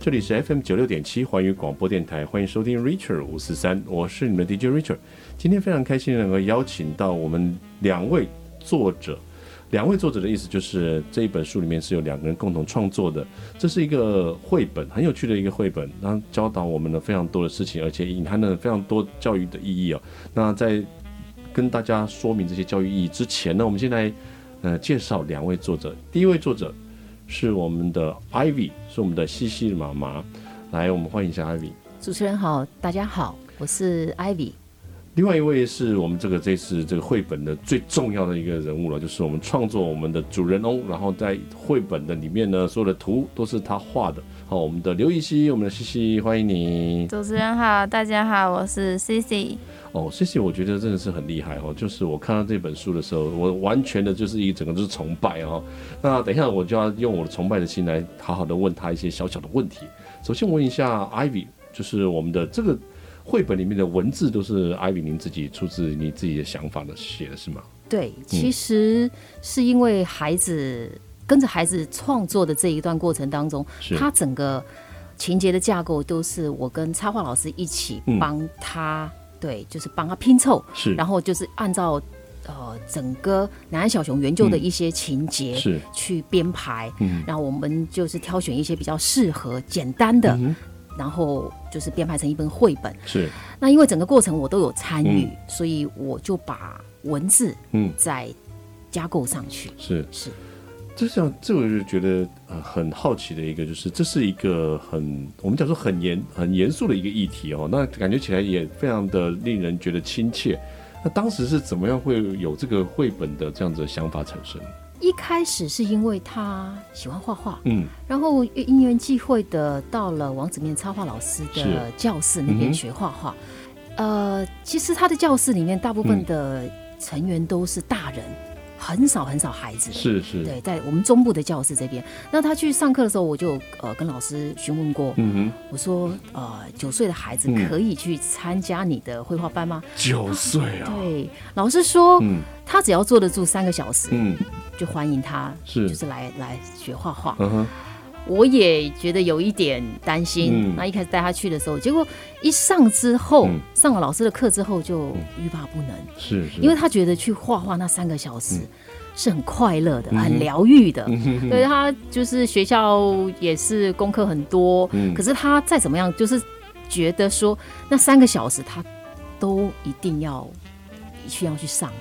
这里是 FM 九六点七环宇广播电台，欢迎收听 Richard 五四三，我是你们的 DJ Richard。今天非常开心能够邀请到我们两位作者，两位作者的意思就是这一本书里面是有两个人共同创作的，这是一个绘本，很有趣的一个绘本，然后教导我们了非常多的事情，而且隐含了非常多教育的意义哦。那在跟大家说明这些教育意义之前呢，我们先来呃介绍两位作者。第一位作者是我们的 Ivy，是我们的西西的妈妈。来，我们欢迎一下 Ivy。主持人好，大家好，我是 Ivy。另外一位是我们这个这次这个绘本的最重要的一个人物了，就是我们创作我们的主人翁，然后在绘本的里面呢，所有的图都是他画的。好，我们的刘亦希，我们的西西，欢迎你。主持人好，大家好，我是 CC。哦，谢谢，我觉得真的是很厉害哦。就是我看到这本书的时候，我完全的就是一整个就是崇拜哦。那等一下我就要用我的崇拜的心来好好的问他一些小小的问题。首先问一下 Ivy，就是我们的这个绘本里面的文字都是 Ivy 您自己出自你自己的想法的写的是吗？对，其实是因为孩子跟着孩子创作的这一段过程当中，是他整个情节的架构都是我跟插画老师一起嗯帮他，对，就是帮他拼凑，是然后就是按照呃整个南安小熊研究的嗯一些情节、是去编排，嗯然后我们就是挑选一些比较适合、简单的，嗯哼然后就是编排成一本绘本。是那因为整个过程我都有参与，嗯所以我就把文字嗯再加购上去。是是，就像这，我就觉得呃很好奇的一个，就是这是一个很我们讲说很严很严肃的一个议题哦，那感觉起来也非常的令人觉得亲切。那当时是怎么样会有这个绘本的这样子的想法产生？一开始是因为他喜欢画画，嗯，然后因缘际会的到了王子面插画老师的是教室那嗯哼边学画画。呃，其实他的教室里面大部分嗯的成员都是大人，很少很少孩子。是是，对，在我们中部的教室这边，那他去上课的时候，我就呃跟老师询问过，嗯我说呃九岁的孩子嗯可以去参加你的绘画班吗哼？，九岁啊，对，老师说、嗯他只要坐得住三个小时，嗯就欢迎他，是就是来来学画画。嗯哼我也觉得有一点担心。嗯那一开始带他去的时候，结果一上之后，嗯上了老师的课之后就欲罢不能，是是，因为他觉得去画画那三个小时是很快乐的、嗯哼很疗愈的。嗯哼对他就是学校也是功课很多，嗯可是他再怎么样，就是觉得说那三个小时他都一定要需要去上。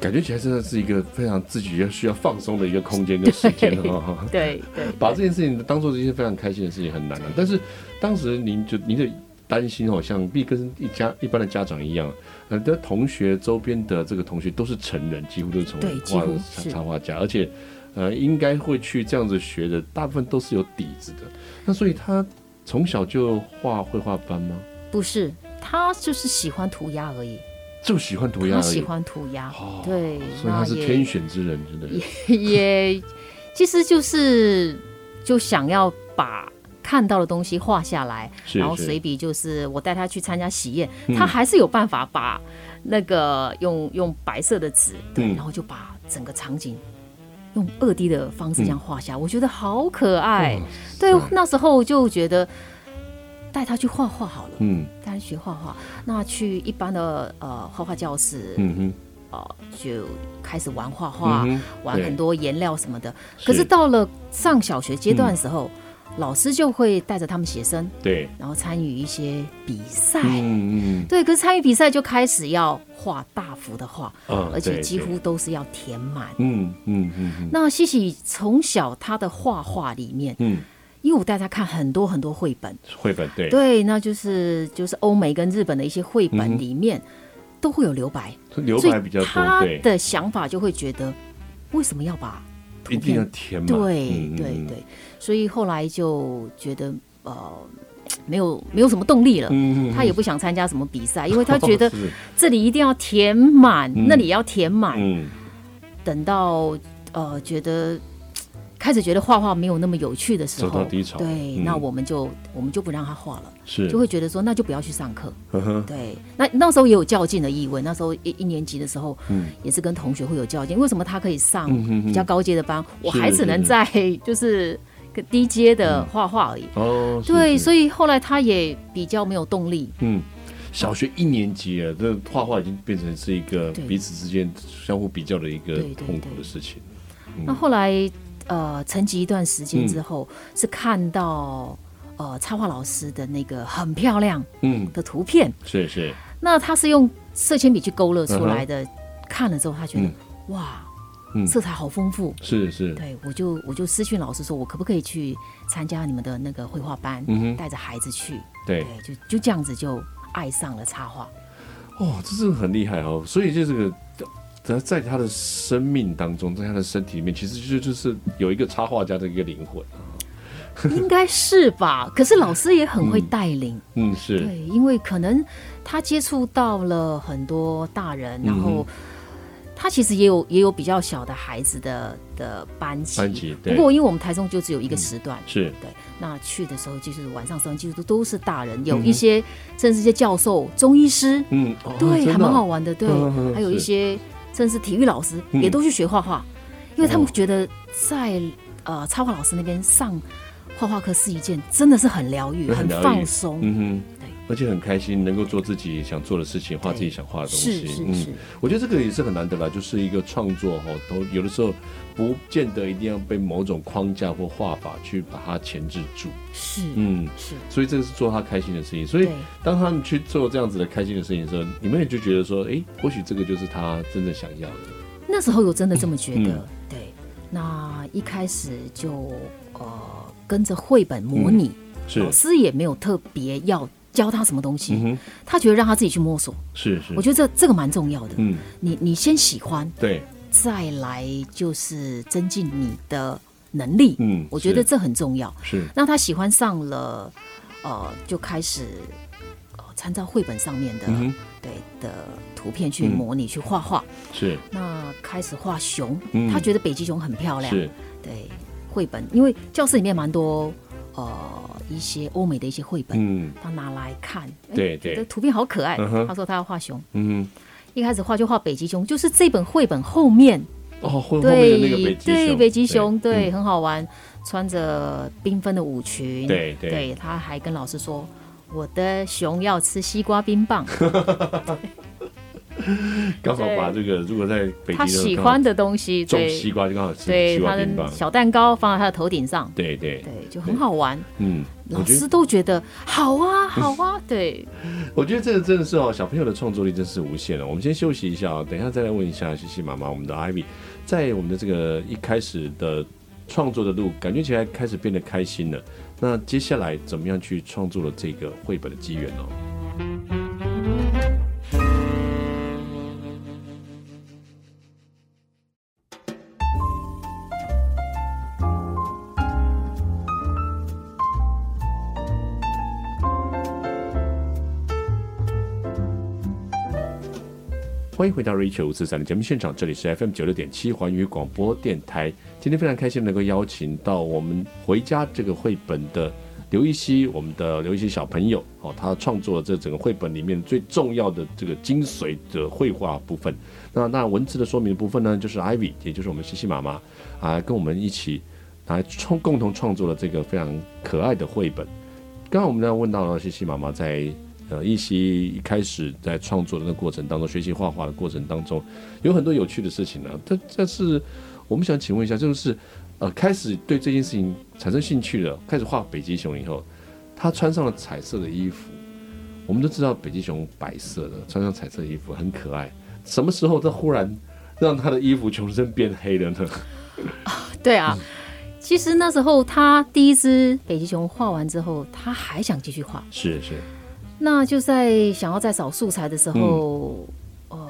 感觉起来真的是一个非常自己要需要放松的一个空间跟时间对哦。对对，把这件事情当做是一件非常开心的事情很难啊。但是当时您就您的担心哦，想必跟一家一般的家长一样，很多同学周边的这个同学都是成人，几乎都是从对几画乎插是插画家，而且呃应该会去这样子学的，大部分都是有底子的。那所以他从小就画绘画班吗？不是他就是喜欢涂鸦而已，就喜欢涂鸦他而已喜，欢涂鸦，哦对，所以他那是也天选之人，真的。 也其实就是就想要把看到的东西画下来，是然后是随笔就是我带他去参加喜宴，嗯他还是有办法把那个用用白色的纸，对，嗯然后就把整个场景。用二 D 的方式这样画下，嗯我觉得好可爱哇。对塞，那时候就觉得带他去画画好了，嗯带他学画画。那去一般的呃画画教室，嗯哼，呃就开始玩画画，嗯哼玩对很多颜料什么的。可是到了上小学阶嗯段的时候，老师就会带着他们写生，对，然后参与一些比赛。嗯嗯对，可是参与比赛就开始要画大幅的画，啊而且对几对乎都是要填满。嗯嗯嗯嗯那西西从小他的画画里面，嗯，因为我带他看很多很多绘本，绘本对对，那就是就是欧美跟日本的一些绘嗯哼本里面、都会有留白，留所白以比较多，他对，的想法就会觉得为什么要把图一定片要填满，对嗯对，对，所以后来就觉得呃，没有没有什么动力了。嗯嗯嗯他也不想参加什么比赛，因为他 觉得是这里一定要填满，嗯那里也要填满。嗯等到呃，觉得呃开始觉得画画没有那么有趣的时走到候，低潮，对，嗯那我们就我们就不让他画了，是嗯就会觉得说那就不要去上课。呵呵对，那那时候也有较劲的意味。那时候一一年级的时候，嗯也是跟同学会有较劲。为什么他可以上嗯哼哼比较高阶的班，我是还只能是在 就是个低阶的画画而已。哦，是对，是所以后来他也比较没有动力。嗯，小学一年级啊，这画画已经变成是一个对彼此之间相互比较的一个对对痛苦的事情。那后来呃，沉寂一段时间之后，是看到呃插画老师的那个很漂亮嗯，的图片，是是，那他是用色铅笔去勾勒出来的。看了之后，他觉得、嗯哇，嗯，色彩好丰富。是是，对我就我就私讯老师说，我可不可以去参加你们的那个绘画班，嗯哼，带着孩子去？对，对，就就这样子就爱上了插画。哦，这真的很厉害哦。所以就这个，在在他的生命当中，在他的身体里面，其实就就是有一个插画家的一个灵魂。啊应该是吧？可是老师也很会带领，嗯，是，对，因为可能他接触到了很多大人，然嗯后他其实也有也有比较小的孩子的的班级。班级不对，嗯过因为我们台中就只有一个时段，是对，那去的时候就是晚上时段，几乎都是大人，有嗯哼一些甚至一些教授、中医师，嗯，哦对，真还的蛮好哦玩的，对嗯嗯嗯，还有一是些甚至体育老师嗯也都去学画画，因为他们哦觉得在呃插画老师那边上画画课是一件真的是很疗愈、很很疗愈放松，嗯哼对，而且很开心能够做自己想做的事情，画自己想画的东西。是是嗯是，我觉得这个也是很难得啦，就是一个创作哈，都有的时候不见得一定要被某种框架或画法去把它钳制住，是嗯，是，所以这个是做他开心的事情。所以对当他们去做这样子的开心的事情的时候，你们也就觉得说，诶，或许这个就是他真正想要的。那时候有真的这么觉嗯得，对，那一开始就呃跟着绘本模拟，是老，师也没有特别要教他什么东嗯西，哼，他觉得让他自己去摸索，是是我，觉得这这个蛮重要的，嗯，你你先喜欢。对，再来就是增进你的能力。嗯我觉得这很重要。是那他喜欢上了，呃，就开始呃参照绘本上面的、嗯哼对的图片去嗯模拟、去画画。是那开始画熊，嗯他觉得北极熊很漂亮。是，对，绘本，因为教室里面蛮多呃一些欧美的一些绘本。嗯他拿来看，哎对觉对得图片好可爱。嗯哼他说他要画熊，嗯一开始画就画北极熊，就是这本绘本后面哼，哦，后后面的那个对北极熊，对，北极熊，对嗯对，很好玩，穿着缤纷的舞裙，对对他还跟老师说。我的熊要吃西瓜冰棒，刚好把这个如果在北他极熊喜欢的东西，种对西瓜就刚好吃对，西他瓜的冰棒，小蛋糕放在他的头顶上，对对，对，就很好玩。嗯，我老觉得师都觉得好啊，好嗯啊，对，我觉得这个真的是哦，小朋友的创作力真是无限的。我们先休息一下啊、等一下再来问一下西西妈妈，我们的 Ivy，在我们的这个一开始的创作的路，感觉起来开始变得开心了。那接下来怎么样去创作了这个绘本的机缘哦？欢迎回到 Rachel 五四三的节目现场，这里是 FM 九六点七环宇广播电台。今天非常开心能够邀请到我们《回家》这个绘本的刘一希，我们的刘一希小朋友哦，他创作了这整个绘本里面最重要的这个精髓的绘画部分。那那文字的说明的部分呢，就是 Ivy，也就是我们西西妈妈啊，跟我们一起来创共同创作了这个非常可爱的绘本。刚刚我们呢问到了西西妈妈在呃，一希一开始在创作的那个过程当中，学习画画的过程当中，有很多有趣的事情呢、啊。但但是，我们想请问一下，就是呃，开始对这件事情产生兴趣了，开始画北极熊以后，他穿上了彩色的衣服。我们都知道北极熊白色的，穿上彩色的衣服很可爱。什么时候他忽然让他的衣服全身变黑了呢？ 对啊。嗯其实那时候他第一只北极熊画完之后，他还想继续画，是是，那就在想要再找素材的时候，呃，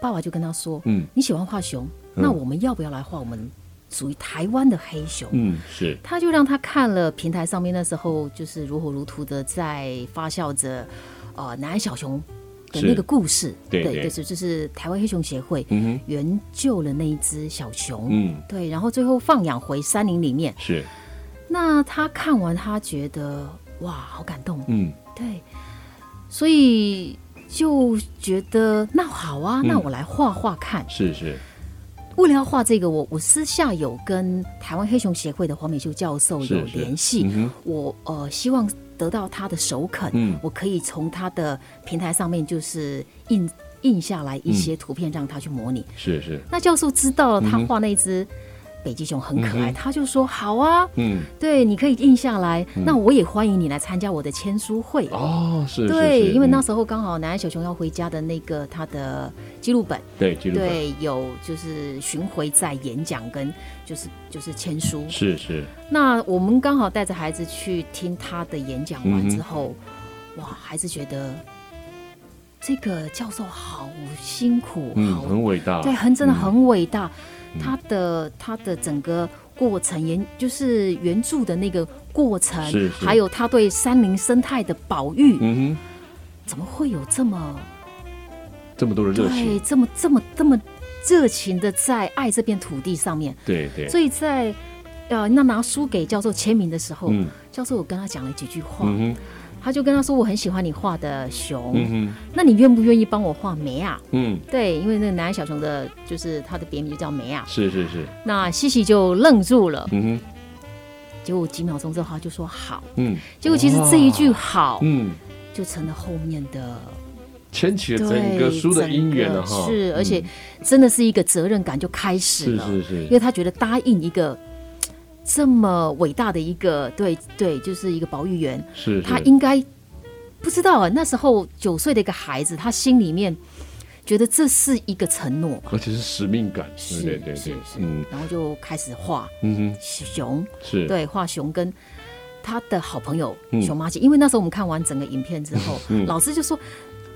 爸爸就跟他说嗯：“你喜欢画熊，嗯那我们要不要来画我们属于台湾的黑熊？”嗯是，他就让他看了平台上面那时候就是如火如荼的在发酵着，呃，南安小熊的那是个故事，对对就是就是台湾黑熊协会嗯哼，援救了那一只小熊，嗯对，然后最后放养回山林里面。是，那他看完，他觉得哇，好感动，嗯对，所以就觉得那好啊，嗯那我来画画看。是是，为了要画这个，我我私下有跟台湾黑熊协会的黄美秀教授有是是联系，嗯哼我呃希望得到他的首肯，嗯我可以从他的平台上面就是印印下来一些图片让他去模拟。是是，那教授知道了他嗯嗯哼画那只北极熊很可嗯爱，哼他就说好啊，嗯，对，你可以印下来，那我也欢迎你来参加我的签书会。哦，是，是对，是因为嗯那时候刚好南安小熊要回家的那个他的记录本，对记录本对，有就是巡回在演讲跟就是就是签书，是是，那我们刚好带着孩子去听他的演讲完之后，嗯哇，孩子觉得这个教授好辛苦，嗯，好很嗯伟大，哦对，很真的嗯很伟大。他的他的整个过程原就是原著的那个过程，是是还有他对山林生态的保育，嗯哼，怎么会有这么这么多的热对情，这么这么这么热情的在爱这片土地上面？对对，所以在呃，那拿书给教授签名的时候，嗯教授我跟他讲了几句话，嗯哼，他就跟他说我很喜欢你画的熊，嗯那你愿不愿意帮我画梅啊？哼，嗯，对，因为那个南安小熊的，就是它的别名就叫梅啊。是是是，那西西就愣住了，嗯哼，结果几秒钟之后他就说好，嗯结果其实这一句好嗯，就成了后面的牵起了整个对书的姻缘了整个哈，是，而且嗯真的是一个责任感就开始是了，是因是，为他觉得答应一个。嘖这么伟大的一个，对对，就是一个保育员，是他是应该不知道啊。那时候九岁的一个孩子，他心里面觉得这是一个承诺吧，而且是使命感，是对对是对，是，嗯然后就开始画嗯哼，熊，是，对，画熊跟。他的好朋友嗯熊妈姐，因为那时候我们看完整个影片之后，嗯老师就说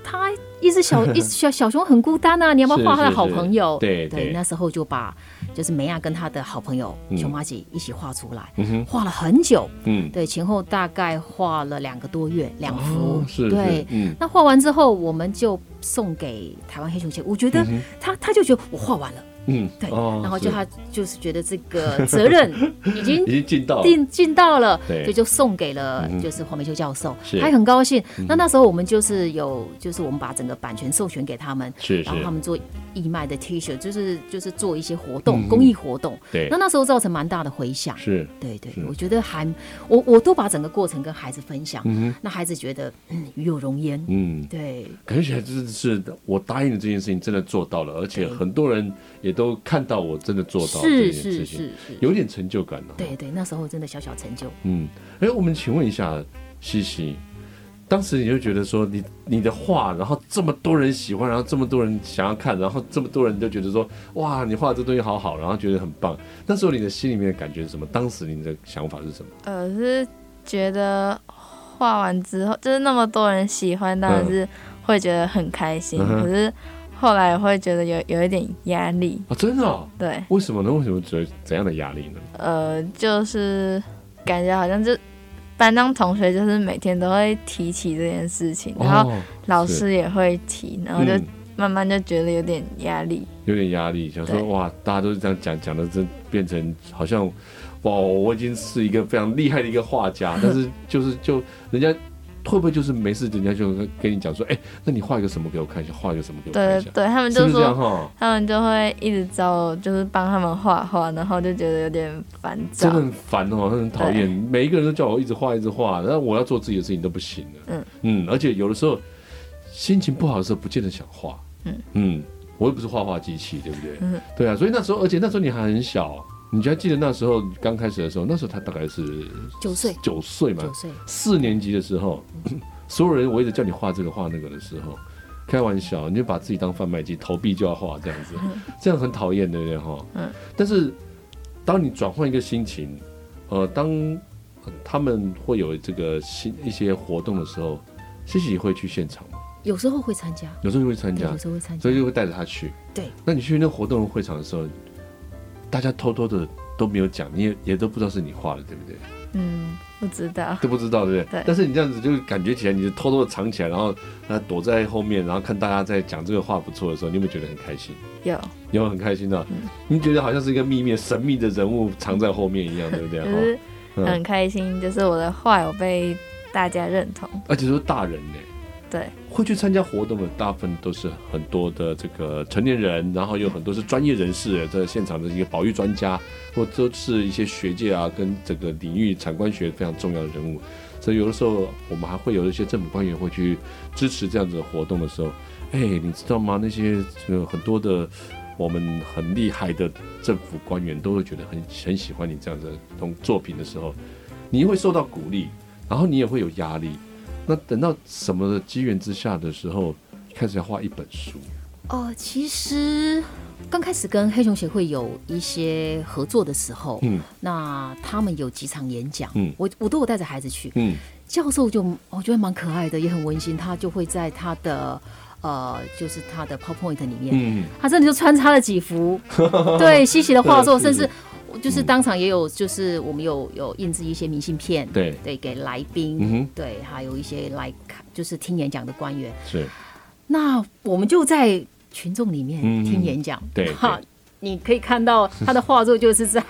他一 只小一只小小熊很孤单啊，你要不要是画他的是好是朋友？对对那时候就把就是梅亚跟他的好朋友熊妈姐一起画出来，嗯哼，画了很久，嗯，对，前后大概画了两个多月，两幅，哦，是，对是。嗯那画完之后，我们就送给台湾黑熊协会。我觉得嗯哼他他就觉得我画完了，嗯，对，哦然后就是他就是觉得这个责任已经 已经尽到了，尽尽到了，对所以就送给了嗯哼就是黄美秀教授，是嗯他也很高兴。那那时候我们就是有就是我们把整个版权授权给他们，是是然，后他们做义卖的 T 恤，就是就是做一些活动嗯哼公益活动。对那，那时候造成蛮大的回响，是，对对是，我觉得还我我都把整个过程跟孩子分享，嗯哼，那孩子觉得嗯与有容焉，嗯。对。感觉起来真的是我答应的这件事情真的做到了，而且对很多人也都看到我真的做到这是件是事情，是是，有点成就感了。对对，那时候真的小小成就。嗯，哎，我们请问一下西西，当时你就觉得说你你的画，然后这么多人喜欢，然后这么多人想要看，然后这么多人都觉得说哇，你画的这东西好好，然后觉得很棒。那时候你的心里面的感觉是什么？当时你的想法是什么？呃，是觉得画完之后，就是那么多人喜欢，当然嗯是会觉得很开心。嗯哼可是后来会觉得有有一点压力，啊，真的、哦？对，为什么呢？为什么觉得怎样的压力呢？呃，就是感觉好像就班上同学就是每天都会提起这件事情，然后哦，老是师也会提，然后就嗯慢慢就觉得有点压力。有点压力，想说对哇，大家都是这样讲，讲的真变成好像哇，我已经是一个非常厉害的一个画 家，但是就是就人家会不会就是没事，人家就跟你讲说，哎、那你画一个什么给我看一下，画一个什么给我看对一下，对，他们是就不是这样说。哈？他们就会一直找我，就是帮他们画画，然后就觉得有点烦躁真的。很烦哦，很讨厌。每一个人都叫我一直画，一直画，然后我要做自己的事情都不行了。嗯而且有的时候心情不好的时候，不见得想画。嗯我又不是画画机器，对不对？嗯对啊，所以那时候，而且那时候你还很小，你还记得那时候刚开始的时候，那时候他大概是九岁九岁嘛九，岁，四年级的时候， 所有人围着叫你画这个画那个的时候，开玩笑，你就把自己当贩卖机，投币就要画这样子，嗯这样很讨厌，对不对哈？嗯。但是当你转换一个心情，呃，当呃他们会有这个新一些活动的时候，西西会去现场吗？有时候会参加，有时候会参对，加有，时候会参加所以。就会带着他去。对。那你去那活动会场的时候，大家偷偷的都没有讲，你也也都不知道是你画的，对不对？嗯，不知道。 都不知道，对不对？对但是你这样子就感觉起来，你就偷偷的藏起来，然后呃躲在后面，然后看大家在讲这个话不错的时候，你有没有觉得很开心？有，有没有很开心的、啊你觉得好像是一个秘密、神秘的人物藏在后面一样，对不对？ 就哈、是嗯很开心，就是我的话有被大家认同。而且都是大人呢、对，会去参加活动的大部分都是很多的这个成年人，然后有很多是专业人士，在现场的一个保育专家，或都是一些学界啊，跟这个领域产官学非常重要的人物。所以有的时候我们还会有一些政府官员会去支持这样子的活动的时候，哎，你知道吗？那些呃很多的我们很厉害的政府官员都会觉得很很喜欢你这样的东作品的时候，你会受到鼓励，然后你也会有压力。那等到什么的机缘之下的时候，开始要画一本书，哦，其实刚开始跟黑熊协会有一些合作的时候，嗯那他们有几场演讲，嗯我我都有带着孩子去，嗯教授就我觉得蛮可爱的，也很温馨，他就会在他的呃，就是他的 PowerPoint 里面，嗯，他真的就穿插了 几幅对稀奇的画作，是甚是至就是嗯当场也有，就是我们有有印制一些明信片，对，对，给来嗯宾哼，对，还有一些来看就是听演讲的官员。是那我们就在群众里面嗯听演讲，对 哈。你可以看到他的画作就 是在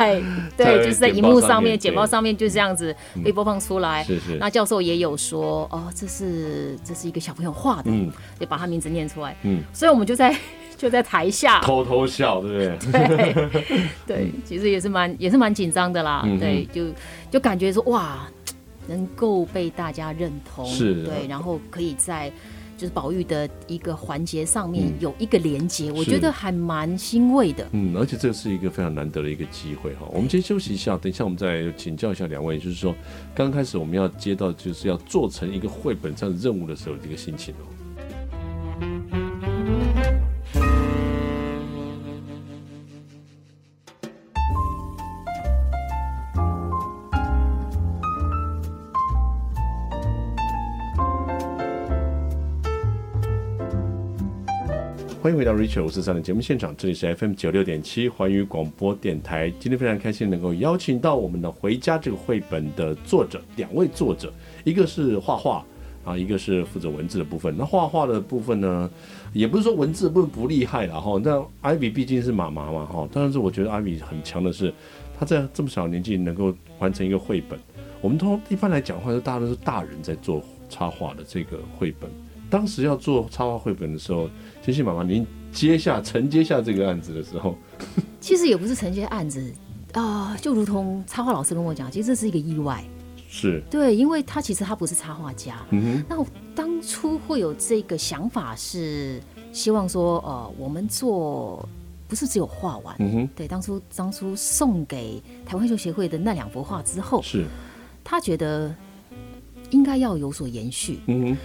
在对，就是在简荧报幕上上面面、简对嗯报上面就这样子被播放出来。是是，那教授也有说，哦，这是这是一个小朋友画的，嗯得把他名字念出来。嗯，所以我们就在 就在台下，偷偷笑，对不对？对对，其实也是蛮也是蛮紧张的啦。嗯嗯哼对，就就感觉说哇，能够被大家认同，是啊对，然后可以在。就是保育的一个环节上面嗯有一个连接，我是觉得还蛮欣慰的。嗯，而且这是一个非常难得的一个机会哈。我们先休息一下，等一下我们再请教一下两位，就是说刚开始我们要接到就是要做成一个绘本这样的任务的时候，这个心情哦。欢迎回到 Richard 五四三的节目现场，这里是 FM 九六点七环宇广播电台。今天非常开心能够邀请到我们的《回家》这个绘本的作者，两位作者，啊一个是画画啊，一个是负责文字的部分。那画画的部分呢，也不是说文字的部分不厉害啦哈。那艾比毕竟是妈妈嘛哈，但是我觉得艾比很强的是，她在这么小的年纪能够完成一个绘本。我们通常一般来讲的话，就大家都是大人在做插画的这个绘本。当时要做插画绘本的时候，星星妈妈，您接下承接下这个案子的时候，其实也不是承接案子啊、就如同插画老师跟我讲，其实这是一个意外。是，对，因为他其实他不是插画家，嗯那我当初会有这个想法是希望说，呃，我们做不是只有画完。哼，嗯哼，对，当初当初送给台湾黑熊协会的那两幅画之后，是，他觉得应该要有所延续。嗯哼，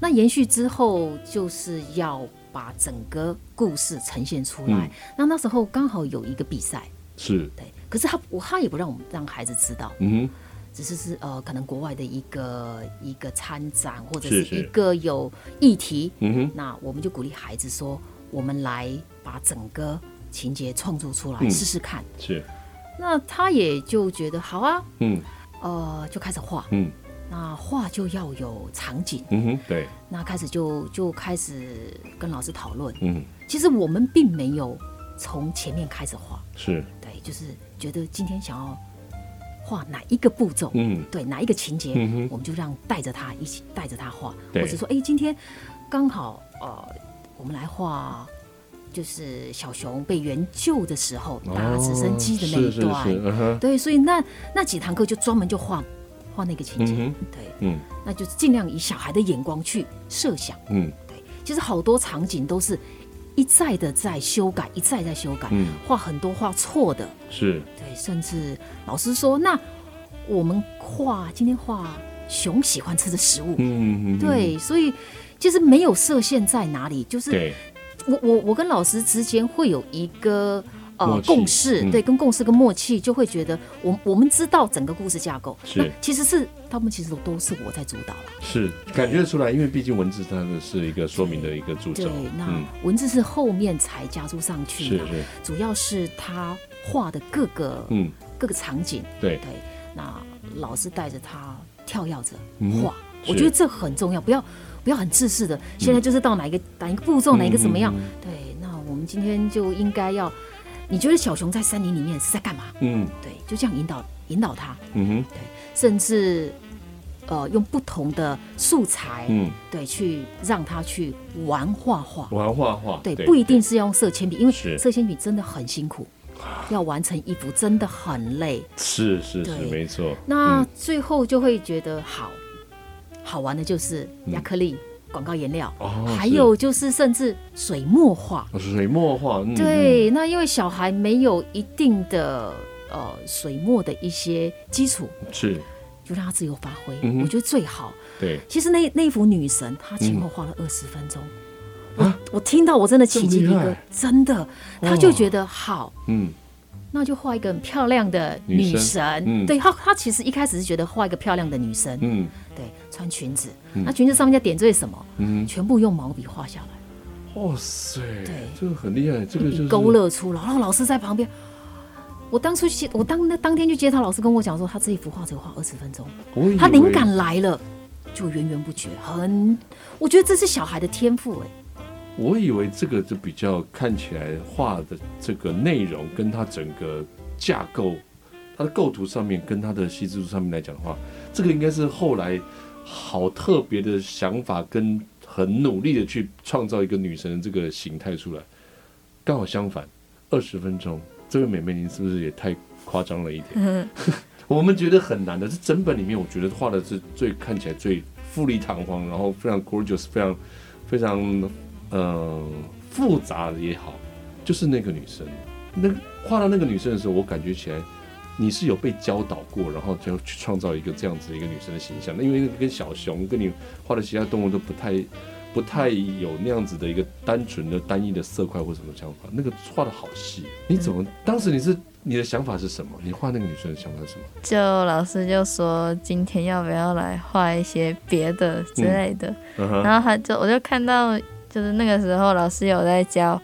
那延续之后，就是要把整个故事呈现出来。嗯那那时候刚好有一个比赛，是，对，可是他我他也不让我们让孩子知道，嗯哼，只是是呃，可能国外的一个一个参展或者是是是一个有议题，嗯哼，那我们就鼓励孩子说，我们来把整个情节创作出来嗯试试看。是，那他也就觉得好啊，嗯呃，就开始画。嗯那画就要有场景，嗯哼，对，那开始就就开始跟老师讨论。嗯，其实我们并没有从前面开始画，是，对，就是觉得今天想要画哪一个步骤，嗯对哪一个情节，嗯哼我们就让带着他一起带着他画，对或者说，哎、今天刚好呃，我们来画就是小熊被援救的时候打直升机的那一段，哦是是是，嗯哼，对，所以那那几堂课就专门就画画那个情节，嗯哼对，嗯那就是尽量以小孩的眼光去设想，嗯对，其实好多场景都是一再的在修改，一再在修改，嗯画很多画错的，是，对，甚至老师说，那我们画今天画熊喜欢吃的食物，嗯嗯，嗯，对，所以其实没有设限在哪里，就是对，我我我跟老师之间会有一个。默呃，契共识、嗯对，跟共识跟默契，就会觉得我我们知道整个故事架构，是那其实是他们其实都是我在主导啦。是感觉得出来，因为毕竟文字它的是一个说明的一个注对脚，，那嗯，文字是后面才加注上去是的，是，主要是他画的各个、嗯，各个场景，对对，那老师带着他跳跃着嗯画，是我觉得这很重要，不要不要很自私的，现在就是到哪一个、哪一个步骤，哪一个怎么样，嗯嗯嗯对，那我们今天就应该要，你觉得小熊在森林里面是在干嘛？嗯对，就这样引导引导他，嗯哼，对，甚至呃用不同的素材，嗯，对，去让他去玩画画。玩画画，对，不一定是要用色铅笔，因为是啊色铅笔真的很辛苦，要完成一幅真的很累。是是是，对没错。那最后就会觉得好，好玩的就是亚克力、广告颜料，嗯哦还是有就是甚至水墨画。哦水墨画，嗯，对，那因为小孩没有一定的呃水墨的一些基础，嗯是，就让他自由发挥，嗯哼我觉得最好。对，其实那那幅女神，她前后画了二十分钟，我我听到我真的起鸡皮啊这么厉疙害，真的，她就觉得好，嗯，那就画一个很漂亮的女女生神。嗯对她，她其实一开始是觉得画一个漂亮的女生，嗯对，穿裙子，那裙子上面要点缀什么，嗯，全部用毛笔画下来，哇塞对，这个很厉害，这个就是勾勒出，然后老师在旁边。我当初接，我当那当天就接他，老师跟我讲说，他这一幅画只有画二十分钟，我以为，他灵感来了就源源不绝，很，我觉得这是小孩的天赋哎、我以为这个就比较看起来画的这个内容跟它整个架构、它的构图上面跟它的细致度上面来讲的话，这个应该是后来好特别的想法跟很努力的去创造一个女神的这个形态出来。刚好相反，二十分钟，这位美妹您是不是也太夸张了一点？我们觉得很难的，这整本里面我觉得画的是最看起来最富丽堂皇，然后非常 gorgeous，非常非常呃复杂的也好，就是那个女生，那画到那个女生的时候，我感觉起来你是有被教导过，然后就去创造一个这样子的一个女生的形象。那因为那个跟小熊跟你画的其他动物都不太不太有那样子的一个单纯的单一的色块或什么想法，那个画的好细。你怎么当时你是你的想法是什么？你画那个女生的想法是什么？就老师就说今天要不要来画一些别的之类的，嗯哼，然后他就我就看到就是那个时候老师有在教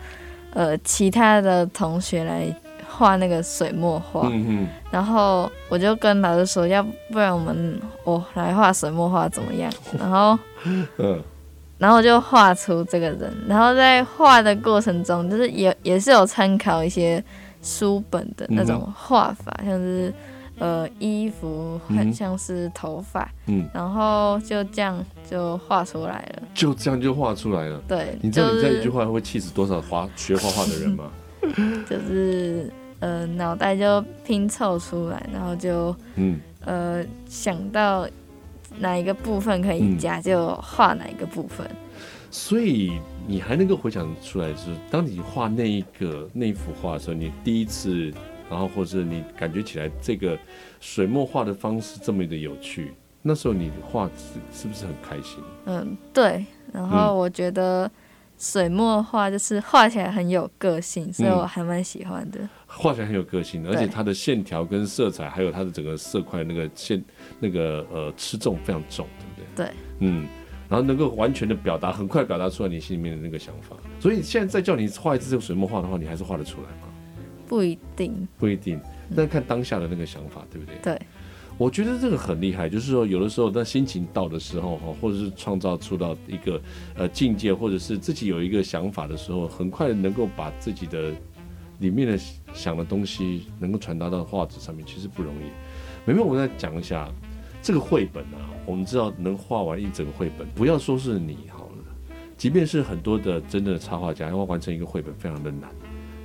呃其他的同学来画那个水墨画，嗯然后我就跟老师说，要不然我们我来画水墨画怎么样？哦然后嗯嗯然后就画出这个人，然后在画的过程中，就是也也是有参考一些书本的那种画法，像是呃衣服，嗯很像是头发，嗯，然后就这样就画出来了。就这样就画出来了。对，你知就道你这样一句是话会气死多少画学画画的人吗？就是呃脑袋就拼凑出来，然后就嗯，呃想到哪一个部分可以嗯加，就画哪一个部分。所以你还能够回想出来，就是当你画那一个那一幅画的时候，你第一次，然后或是你感觉起来这个水墨画的方式这么的有趣，那时候你画是是不是很开心？嗯，对。然后我觉得水墨画就是画起来很有个性，所以我还蛮喜欢的。画起来很有个性，而且对它的线条跟色彩，还有它的整个色块那个线那个呃吃重非常重，对不对？对，嗯，然后能够完全的表达，很快表达出来你心里面的那个想法。所以现在再叫你画一次这个水墨画的话，你还是画得出来吗？不一定，不一定，但看当下的那个想法，对不对？对，我觉得这个很厉害，就是说有的时候当心情到的时候哈，或者是创造出到一个呃境界，或者是自己有一个想法的时候，很快能够把自己的里面的想的东西能够传达到画纸上面，其实不容易。美美，我再讲一下这个绘本啊，我们知道能画完一整个绘本，不要说是你好了，即便是很多的真正的插画家，要完成一个绘本非常的难。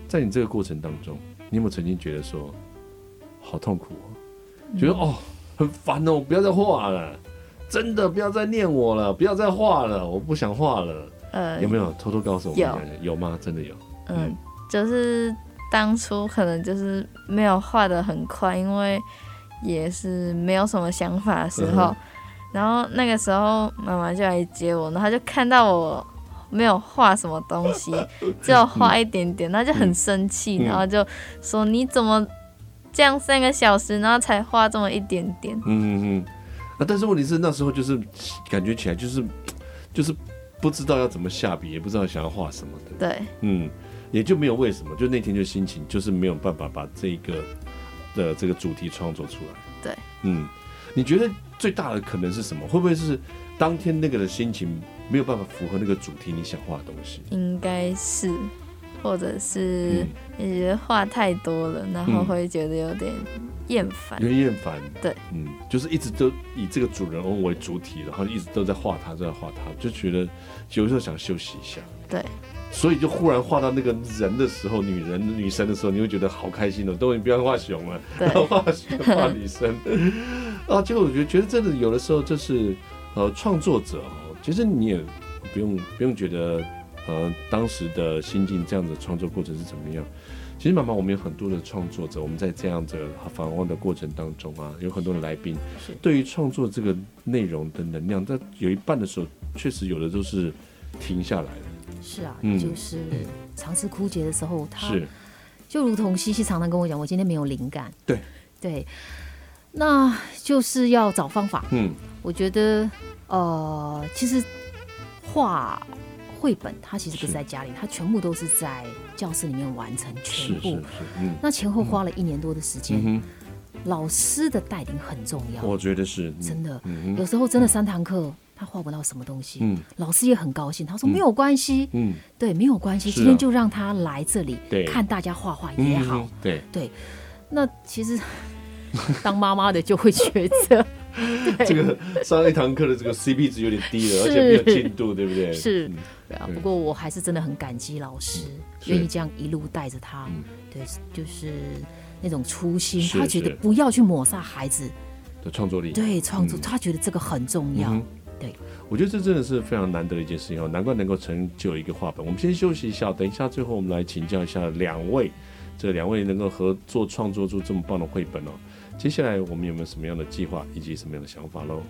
在你这个过程当中，你有没有曾经觉得说好痛苦哦？觉得哦很烦哦，不要再画了，真的不要再念我了，不要再画了，我不想画了，呃，有没有偷偷告诉我们有大家？有吗？真的有？嗯，就是当初可能就是没有画的很快，因为也是没有什么想法的时候，嗯然后那个时候妈妈就来接我，然后她就看到我。没有画什么东 西，只有画一点点，她就很生气，嗯然后就说：“你怎么这样三个小时，然后才画这么一点点嗯嗯嗯。啊，但是问题是那时候就是感觉起来就是就是不知道要怎么下笔，也不知道想要画什么的。？”对，嗯，也就没有为什么，就那天就心情就是没有办法把这个的这个主题创作出来。对，嗯，你觉得最大的可能是什么？会不会是当天那个的心情没有办法符合那个主题你想画的东西？应该是。或者是嗯，你觉得话太多了，然后嗯会觉得有点厌 烦。有点厌烦。对，嗯，就是一直都以这个主人翁为主体，然后一直都在画他，都在画他，就觉得有时候想休息一下。对，所以就忽然画到那个人的时候，女人、女生的时候，你会觉得好开心哦，都你不要画熊了，对画熊画女生。啊，结果我觉得，觉得真的有的时候就是，呃，创作者哦，其实你也不用不用觉得，呃，当时的心境这样子创作过程是怎么样。其实，慢慢我们有很多的创作者，我们在这样子访问的过程当中啊，有很多的来宾是，对于创作这个内容的能量，但有一半的时候，确实有的都是停下来了。是啊，嗯就是尝试枯竭的时候，他是，就如同西西常常跟我讲，我今天没有灵感。对对，那就是要找方法。嗯我觉得，呃，其实画绘本它其实不是是在家里，它全部都是在教室里面完成，全是是部。是，嗯那前后花了一年多的时间，嗯老师的带领很重要哼，，我觉得是，嗯真的。嗯有哼，时候真的三堂课他画不到什么东西，嗯老师也很高兴，他说嗯没有关系，嗯，对，没有关系，是啊今天就让他来这里对看大家画画嗯也好。，对，那其实 当妈妈的就会觉得这个 上一堂课的这个 CP 值有点低了，而是且没有进度，对不对？是嗯，对啊对嗯不过我还是真的很感激老师是愿意这样一路带着他嗯，对，就是那种初心，是他觉得是不要去抹杀孩子的创作力，对创作，嗯他觉得这个很重要嗯哼。对，我觉得这真的是非常难得的一件事情哦，难怪能够成就一个画本。我们先休息一下，等一下最后我们来请教一下两位，这两位能够合作创作出这么棒的绘本哦。接下来我们有没有什么样的计划以及什么样的想法喽？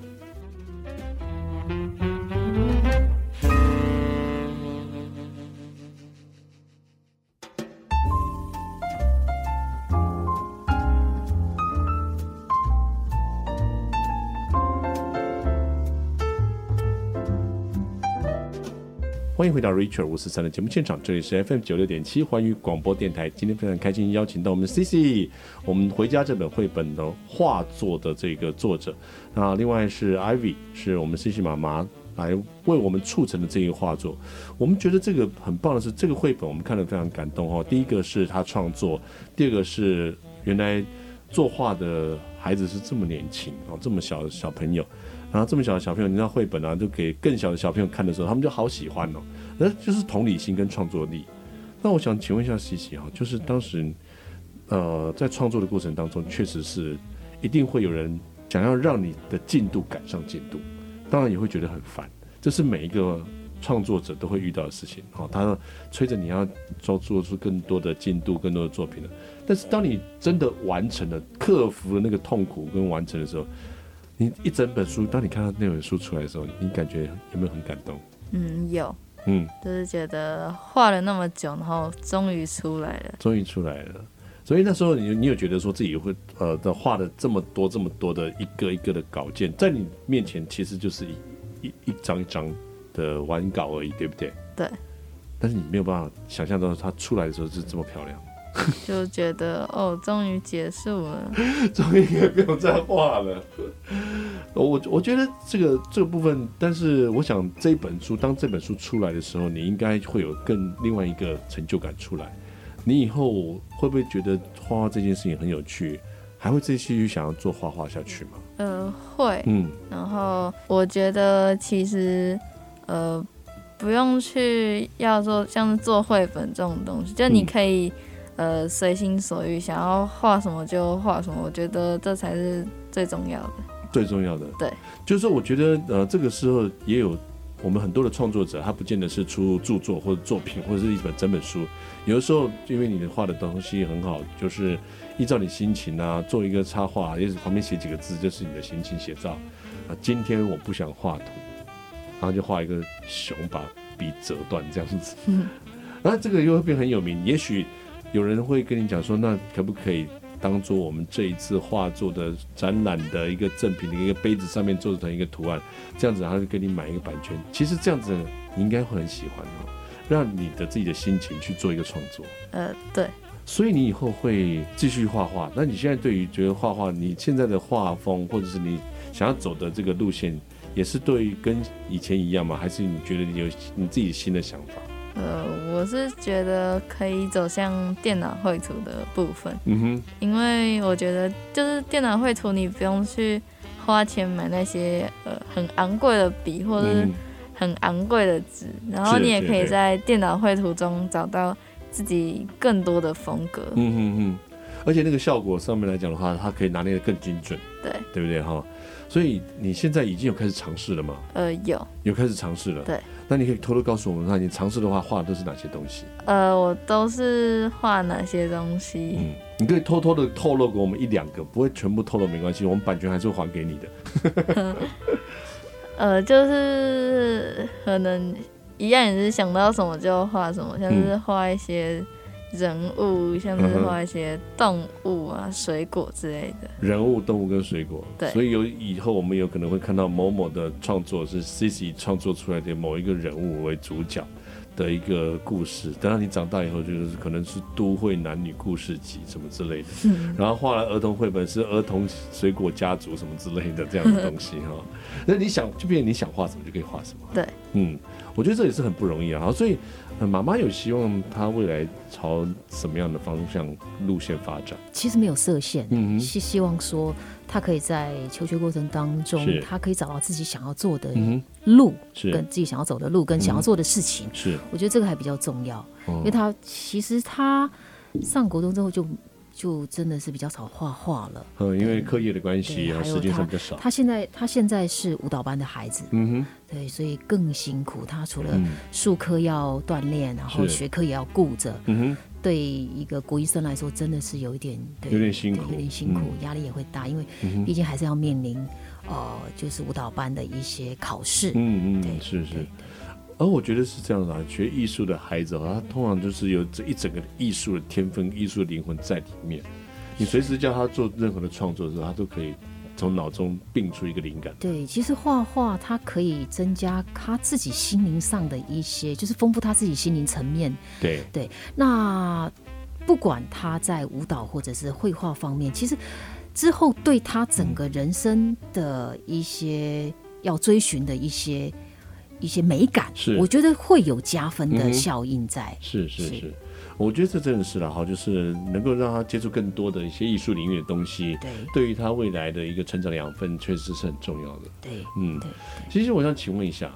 欢迎回到 Richard 五四三的节目现场，这里是 FM 九六点七环宇广播电台。今天非常开心邀请到我们的 CC，我们回家这本绘本的画作的这个作者，那另外是 Ivy，是我们 CC 妈妈来为我们促成的这个画作。我们觉得这个很棒的是，这个绘本我们看了非常感动哦。第一个是他创作，第二个是原来作画的孩子是这么年轻哦，这么小的小朋友。然后这么小的小朋友，你知道绘本啊，就给更小的小朋友看的时候，他们就好喜欢哦。那就是同理心跟创作力。那我想请问一下西西哈，就是当时呃在创作的过程当中，确实是一定会有人想要让你的进度赶上进度，当然也会觉得很烦，这是每一个创作者都会遇到的事情。好，他催着你要做做出更多的进度、更多的作品了。但是当你真的完成了、克服了那个痛苦跟完成的时候，你一整本书，当你看到那本书出来的时候，你感觉有没有很感动？嗯，有，嗯。就是觉得画了那么久，然后终于出来了。终于出来了。所以那时候你你有觉得说自己会呃的画了这么多这么多的一个一个的稿件，在你面前其实就是一一一张一张的完稿而已，对不对？对。但是你没有办法想象到它出来的时候是这么漂亮，就觉得哦，终于结束了。终于可以不用再画了。哦我我觉得这个这个部分，但是我想这本书当这本书出来的时候，你应该会有更另外一个成就感出来。你以后会不会觉得画画这件事情很有趣，还会继续想要做画画下去吗？呃，会。嗯然后我觉得其实呃，不用去要做像是做绘本这种东西，就你嗯可以、呃随心所欲，想要画什么就画什么。我觉得这才是最重要的。最重要的，对，就是说我觉得呃，这个时候也有我们很多的创作者，他不见得是出著作或者作品或者是一本整本书，有的时候因为你的画的东西很好，就是依照你心情啊，做一个插画，也许旁边写几个字，就是你的心情写照。啊，今天我不想画图，然后就画一个熊把笔折断这样子，嗯然后这个又会变很有名。也许有人会跟你讲说，那可不可以当做我们这一次画作的展览的一个赠品的一个杯子上面做成一个图案，这样子，然后就给你买一个版权。其实这样子你应该会很喜欢哦，让你的自己的心情去做一个创作。呃，对，所以你以后会继续画画。那你现在对于觉得画画，你现在的画风或者是你想要走的这个路线，也是对于跟以前一样吗？还是你觉得你有你自己新的想法？呃，我是觉得可以走向电脑绘图的部分，嗯哼，因为我觉得就是电脑绘图，你不用去花钱买那些呃很昂贵的笔或者是嗯很昂贵的纸，然后是你也是可以是在电脑绘图中找到自己更多的风格。嗯哼哼，而且那个效果上面来讲的话，它可以拿捏的更精准，对，对不对哈？所以你现在已经有开始尝试了嘛？呃，有，有开始尝试了，对。那你可以偷偷告诉我们，那你尝试的话画的都是哪些东西？呃，我都是画哪些东西？嗯，你可以偷偷的透露给我们一两个，不会全部透露没关系，我们版权还是会还给你的。呃，就是可能一样也是想到什么就画什么，像是画一些人物，像嗯是哼画一些动物啊、水果之类的。人物、动物跟水果，对所以有以后我们有可能会看到某某的创作是 Cici 创作出来的某一个人物为主角的一个故事。等到你长大以后，就是可能是都会男女故事集什么之类的，嗯然后画了儿童绘本是儿童水果家族什么之类的这样的东西 哈。那你想，就变成你想画什么就可以画什么。对，嗯，我觉得这也是很不容易啊。好所以呃妈妈有希望她未来朝什么样的方向路线发展？其实没有设限，嗯哼，是希望说他可以在求学过程当中是，他可以找到自己想要做的嗯路，哼，是跟自己想要走的路，跟想要做的事情。是。我觉得这个还比较重要，哦因为他其实他上国中之后就就真的是比较少画画了。嗯，因为课业的关系对啊，还有时间上比较少。他现在他现在是舞蹈班的孩子，嗯对，所以更辛苦。他除哼，了嗯术科要锻炼，然后是学科也要顾着，嗯对一个国医生来说，真的是有一点对有点辛对苦有点辛苦，压力也会大，因为哼，嗯毕哼，竟还是要面临呃，就是舞蹈班的一些考试。嗯对嗯，是是对。而我觉得是这样的、啊，学艺术的孩子啊，他通常就是有这一整个艺术的天分、艺术的灵魂在里面。你随时叫他做任何的创作的时候，他都可以从脑中并出一个灵感。对，其实画画它可以增加他自己心灵上的一些，就是丰富他自己心灵层面。对，那不管他在舞蹈或者是绘画方面，其实之后对他整个人生的一些要追寻的一些一些美感，是我觉得会有加分嗯哼的效应在。是是是是。我觉得这真的是了哈，就是能够让他接触更多的一些艺术领域的东西，对对于他未来的一个成长养分，确实是很重要的。对嗯对，其实我想请问一下，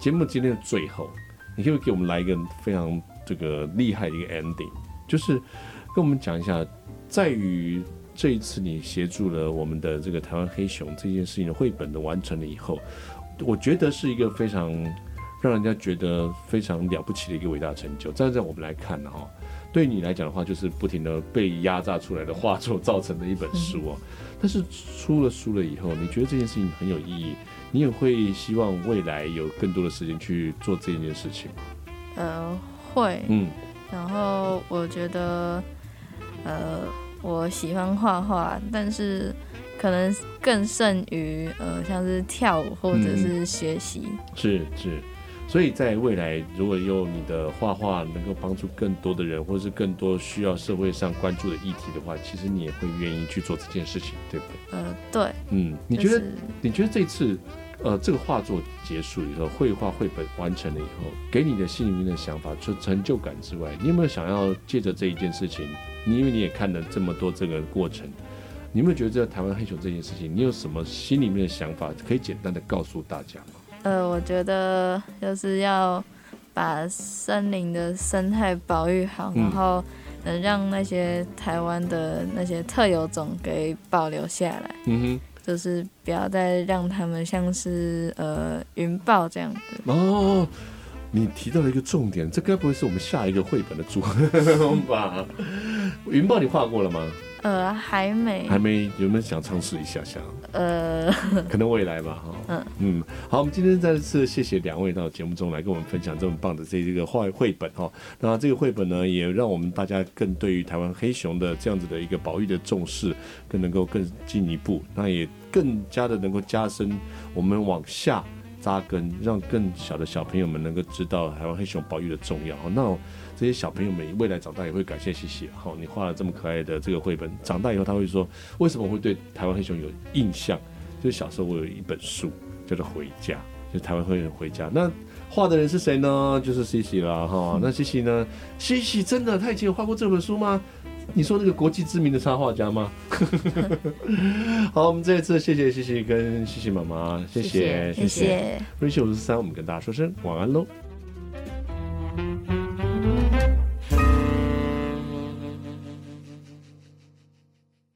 节目今天的最后，你可不可以给我们来一个非常这个厉害的一个 ending，就是跟我们讲一下，在于这一次你协助了我们的这个台湾黑熊这件事情的绘本的完成了以后，我觉得是一个非常让人家觉得非常了不起的一个伟大成就。站在我们来看呢，哈，对你来讲的话，就是不停的被压榨出来的画作造成的一本书哦。但是出了书了以后，你觉得这件事情很有意义，你也会希望未来有更多的时间去做这件事情吗。呃，会，嗯然后我觉得，呃，我喜欢画画，但是可能更胜于呃，像是跳舞或者是学习。是是，所以在未来，如果用你的画画能够帮助更多的人，或是更多需要社会上关注的议题的话，其实你也会愿意去做这件事情，对不对？呃，对，嗯，你觉就得、是你觉得这次，呃，这个画作结束以后，绘画绘本完成了以后，给你的心里面的想法，除成就感之外，你有没有想要借着这一件事情，你因为你也看了这么多这个过程，你有没有觉得这台湾黑熊这件事情，你有什么心里面的想法，可以简单的告诉大家吗？呃，我觉得就是要把森林的生态保育好，嗯然后能让那些台湾的那些特有种给保留下来，嗯哼。就是不要再让他们像是呃云豹这样子。哦，你提到了一个重点，这该不会是我们下一个绘本的主 吧？云豹你画过了吗？呃，还没，还没，有没有想尝试一下下？呃，可能未来吧，哈。嗯嗯，好，我们今天再次谢谢两位到节目中来跟我们分享这么棒的这个画绘本哈。那这个绘本呢，也让我们大家更对于台湾黑熊的这样子的一个保育的重视，更能够更进一步，那也更加的能够加深我们往下。扎根，让更小的小朋友们能够知道台湾黑熊保育的重要。那这些小朋友们未来长大也会感谢西西。好，你画了这么可爱的这个绘本，长大以后他会说，为什么会对台湾黑熊有印象？就是小时候我有一本书叫做《回家》，就是台湾黑熊回家。那画的人是谁呢？就是西西啦，嗯哈。那西西呢？西西真的他以前有画过这本书吗？你说那个国际知名的插画家 吗？好，我们这一次谢谢西西跟西西妈妈，谢谢谢谢谢。瑞秋五十三，我们跟大家说声晚安喽，